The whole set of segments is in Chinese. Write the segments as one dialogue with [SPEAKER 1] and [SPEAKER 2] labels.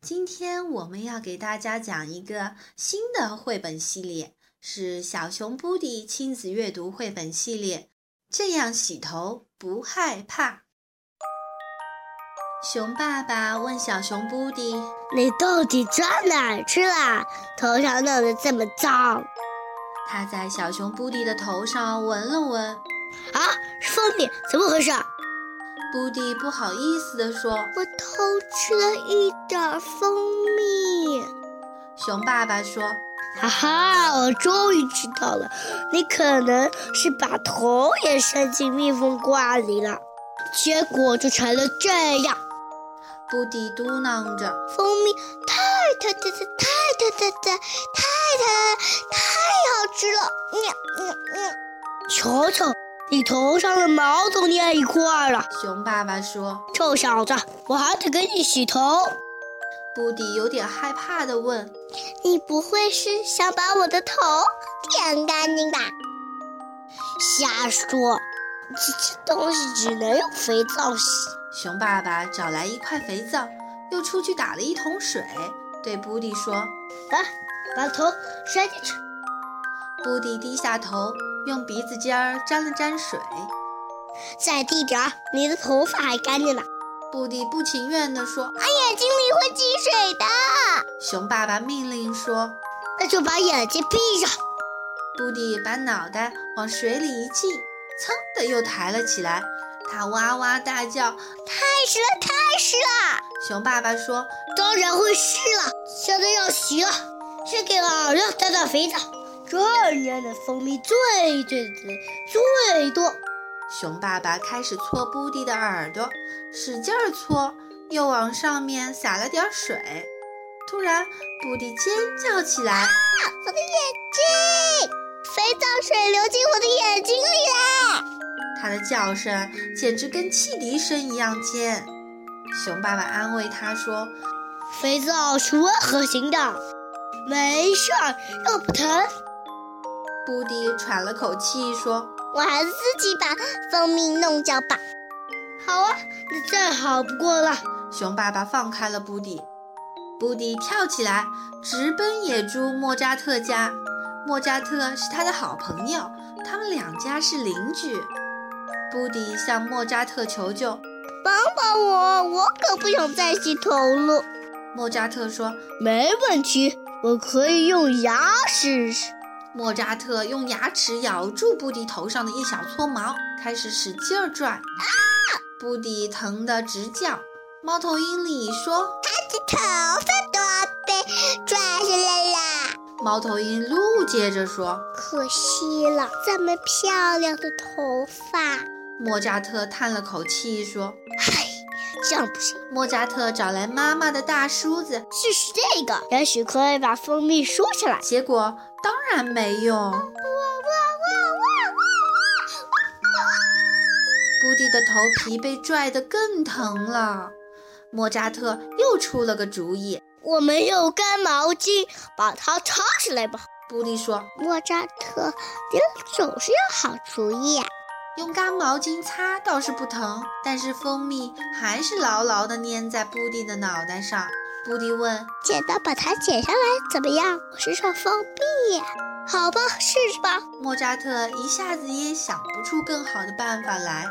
[SPEAKER 1] 今天我们要给大家讲一个新的绘本系列，是小熊布迪亲子阅读绘本系列。这样洗头不害怕。熊爸爸问小熊布迪
[SPEAKER 2] 你到底上哪儿去啦？头上弄得这么脏：“
[SPEAKER 1] 他在小熊布迪的头上闻了闻。
[SPEAKER 2] 啊！是蜂蜜，怎么回事？”
[SPEAKER 1] 布迪不好意思地说
[SPEAKER 2] 我偷吃了一点蜂蜜。：“
[SPEAKER 1] 熊爸爸说，
[SPEAKER 2] 哈哈，我终于知道了，你可能是把头也伸进蜜蜂罐里了，结果就成了这样。
[SPEAKER 1] 布迪嘟囔着。”
[SPEAKER 2] 蜂蜜太太太太太太太太太太太好吃了，喵喵喵！瞧瞧，你头上的毛都粘一块儿了，
[SPEAKER 1] 熊爸爸说，
[SPEAKER 2] 臭小子，我还得给你洗头。
[SPEAKER 1] 布迪有点害怕地问。
[SPEAKER 2] 你不会是想把我的头舔干净吧？瞎说，这这东西只能用肥皂洗。
[SPEAKER 1] 熊爸爸找来一块肥皂，又出去打了一桶水，对布迪说
[SPEAKER 2] 来，把头伸进去。：“
[SPEAKER 1] 布迪低下头，用鼻子尖儿沾了沾水。
[SPEAKER 2] 再低点儿，你的头发还干净呢。”
[SPEAKER 1] 布迪不情愿地说哎
[SPEAKER 2] 眼睛里会积水的。：“
[SPEAKER 1] 熊爸爸命令说。
[SPEAKER 2] 那就把眼睛闭上。”
[SPEAKER 1] 布迪把脑袋往水里一浸，噌的又抬了起来。他哇哇大叫。
[SPEAKER 2] 太湿了，太湿了，
[SPEAKER 1] 熊爸爸说
[SPEAKER 2] 当然会湿了。现在要洗了，先给老娘打打肥皂。这年的蜂蜜最最最最多。：“
[SPEAKER 1] 熊爸爸开始搓布迪的耳朵，使劲儿搓，又往上面洒了点儿水。”突然，布迪尖叫起来。
[SPEAKER 2] 我的眼睛，肥皂水流进我的眼睛里啦！
[SPEAKER 1] 他的叫声简直跟汽笛声一样尖。熊爸爸安慰他说
[SPEAKER 2] 肥皂是温和型的，没事儿，又不疼。：“
[SPEAKER 1] 布迪喘了口气说，
[SPEAKER 2] 我还是自己把蜂蜜弄掉吧。好啊，那再好不过了。
[SPEAKER 1] 熊爸爸放开了布迪。布迪跳起来，直奔野猪莫扎特家。莫扎特是他的好朋友，他们两家是邻居。布迪向莫扎特求救，
[SPEAKER 2] 帮帮我，我可不想再洗头了。
[SPEAKER 1] 莫扎特说
[SPEAKER 2] 没问题，我可以用牙试试。
[SPEAKER 1] 莫扎特用牙齿咬住布迪头上的一小撮毛，开始使劲儿拽。布迪疼得直叫。猫头鹰里说
[SPEAKER 2] 这头发都被抓下来啦！：“
[SPEAKER 1] 猫头鹰鹿接着说。
[SPEAKER 2] 可惜了，这么漂亮的头发。”
[SPEAKER 1] 莫扎特叹了口气说
[SPEAKER 2] 唉，哎这样不行，：“
[SPEAKER 1] 莫扎特找来妈妈的大梳子，
[SPEAKER 2] 试试这个，也许可以把蜂蜜梳起来。
[SPEAKER 1] 结果当然没用。”布迪的头皮被拽得更疼了。莫扎特又出了个主意，
[SPEAKER 2] 我们用干毛巾把它擦起来吧。
[SPEAKER 1] 布迪说：“
[SPEAKER 2] 莫扎特，你总是有好主意啊！
[SPEAKER 1] 用干毛巾擦倒是不疼，但是蜂蜜还是牢牢地粘在布丁的脑袋上。布丁问
[SPEAKER 2] 剪刀把它剪下来怎么样？我身上放屁呀、好吧，试试吧。
[SPEAKER 1] 莫扎特，一下子也想不出更好的办法来。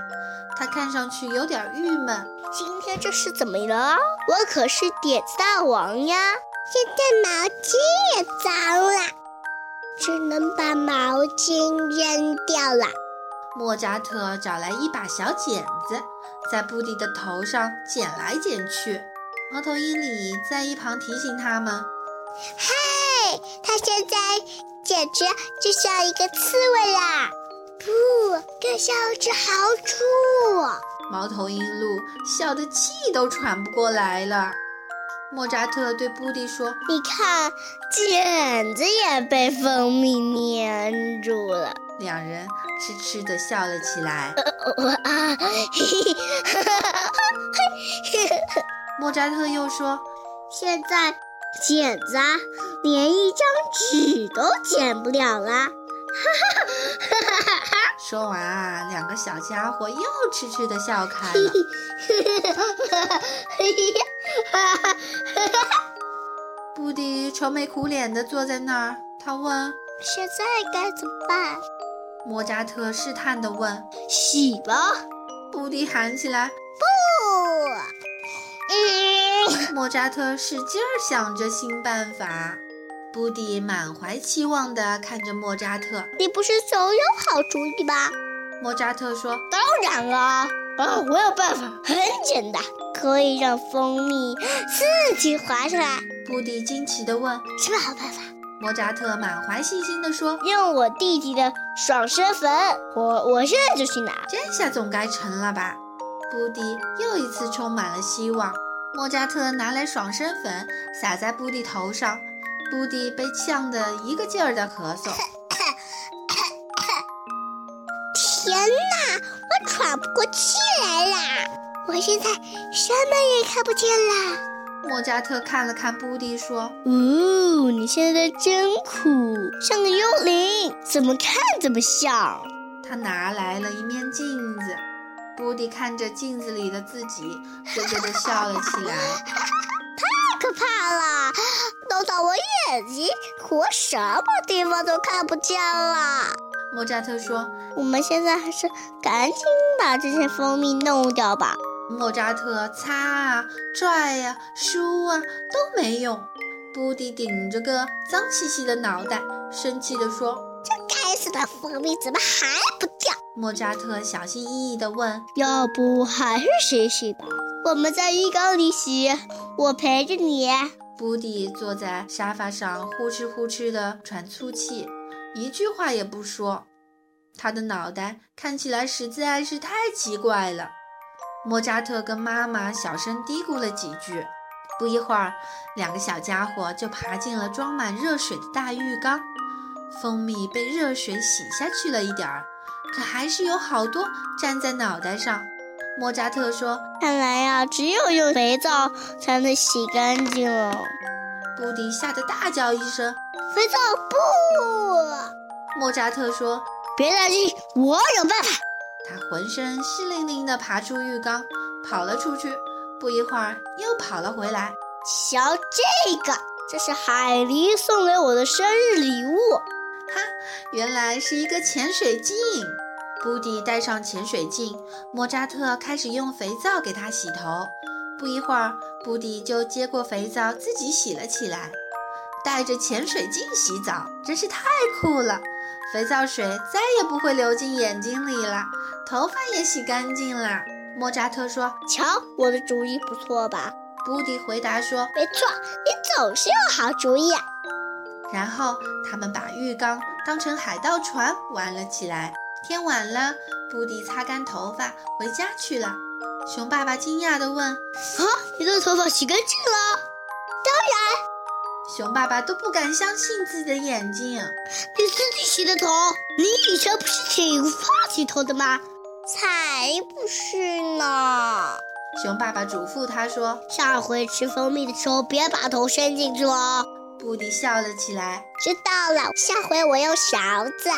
[SPEAKER 1] 他看上去有点郁闷。
[SPEAKER 2] 今天这是怎么了？我可是点子大王呀！现在毛巾也脏了，只能把毛巾扔掉了。
[SPEAKER 1] 莫扎特找来一把小剪子，在布丁的头上剪来剪去。猫头鹰里在一旁提醒他们。
[SPEAKER 2] 嘿，它现在简直就像一个刺猬啦！不，更像一只豪猪。
[SPEAKER 1] 猫头鹰鹿笑得气都喘不过来了。莫扎特对布丁说：“
[SPEAKER 2] 你看，剪子也被蜂蜜粘住了。
[SPEAKER 1] 两人痴痴地笑了起来。
[SPEAKER 2] 啊，嘿嘿，
[SPEAKER 1] 莫扎特又说
[SPEAKER 2] 现在剪子啊连一张纸都剪不了啦。：“
[SPEAKER 1] 说完啊，两个小家伙又痴痴地笑开
[SPEAKER 2] 嘿
[SPEAKER 1] 了。
[SPEAKER 2] 嘿，嘿嘿，哈哈，哈哈，哈哈。
[SPEAKER 1] 愁眉苦脸地坐在那儿。他问
[SPEAKER 2] 现在该怎么办？
[SPEAKER 1] 莫扎特，试探地问。
[SPEAKER 2] 洗吧。
[SPEAKER 1] 布迪喊起来。
[SPEAKER 2] 不，嗯，
[SPEAKER 1] 莫扎特使劲儿想着新办法。布迪满怀期望地看着莫扎特。
[SPEAKER 2] 你不是总有好主意吧？
[SPEAKER 1] 莫扎特说
[SPEAKER 2] 哦当然啦，啊，我有办法，很简单，可以让蜂蜜自己滑下来，：“
[SPEAKER 1] 布迪惊奇地问。
[SPEAKER 2] 什么好办法？”
[SPEAKER 1] 莫扎特满怀信心地说
[SPEAKER 2] 用我弟弟的爽身粉，我我现在就去拿：“。
[SPEAKER 1] 这下总该成了吧？”布迪又一次充满了希望。莫扎特拿来爽身粉撒在布迪头上，布迪被呛得一个劲儿地咳嗽。
[SPEAKER 2] 天哪，我喘不过气来啦！我现在什么也看不见啦。
[SPEAKER 1] 莫扎特看了看布迪，说
[SPEAKER 2] 哦，你现在真酷，像个幽灵，怎么看怎么像。：“
[SPEAKER 1] 他拿来了一面镜子。”布迪看着镜子里的自己，咯咯地笑了起来。
[SPEAKER 2] 太可怕了！弄到我眼睛，我什么地方都看不见了。
[SPEAKER 1] 莫扎特说：“
[SPEAKER 2] 我们现在还是赶紧把这些蜂蜜弄掉吧。
[SPEAKER 1] 莫扎特擦啊、拽呀、梳啊都没用。布迪顶着个脏兮兮的脑袋，生气地说
[SPEAKER 2] 该死的蜂蜜怎么还不掉？：“
[SPEAKER 1] 莫扎特，小心翼翼地问，
[SPEAKER 2] 要不还是洗洗吧。我们在浴缸里洗，我陪着你。
[SPEAKER 1] 布迪坐在沙发上，呼哧呼哧地喘粗气，一句话也不说。他的脑袋看起来实在是太奇怪了。莫扎特跟妈妈小声嘀咕了几句，不一会儿，两个小家伙就爬进了装满热水的大浴缸。蜂蜜被热水洗下去了一点儿，可还是有好多粘在脑袋上。莫扎特说：“
[SPEAKER 2] 看来呀、只有用肥皂才能洗干净哦。
[SPEAKER 1] 布迪吓得大叫一声。
[SPEAKER 2] 肥皂不，”
[SPEAKER 1] 莫扎特说：“
[SPEAKER 2] 别担心，我有办法。
[SPEAKER 1] 他浑身湿淋淋地爬出浴缸，跑了出去。不一会儿，又跑了回来。
[SPEAKER 2] 瞧这个，这是海狸送给我的生日礼物。
[SPEAKER 1] 原来是一个潜水镜。布迪戴上潜水镜，莫扎特开始用肥皂给他洗头。不一会儿，布迪就接过肥皂自己洗了起来。带着潜水镜洗澡真是太酷了，肥皂水再也不会流进眼睛里了，头发也洗干净了。莫扎特说，
[SPEAKER 2] 瞧，我的主意不错吧？
[SPEAKER 1] 布迪回答说。
[SPEAKER 2] 没错，你总是有好主意、啊。
[SPEAKER 1] 然后他们把浴缸当成海盗船玩了起来。天晚了，布迪擦干头发回家去了。熊爸爸惊讶地问
[SPEAKER 2] 啊，你的头发洗干净了？：“
[SPEAKER 1] 熊爸爸都不敢相信自己的眼睛。
[SPEAKER 2] 你自己洗的头，你以前不是挺怕洗头的吗？才不是呢！”
[SPEAKER 1] 熊爸爸嘱咐他说
[SPEAKER 2] 下回吃蜂蜜的时候别把头伸进去哦。：“
[SPEAKER 1] 布迪笑了起来。
[SPEAKER 2] 知道了，下回我用勺子。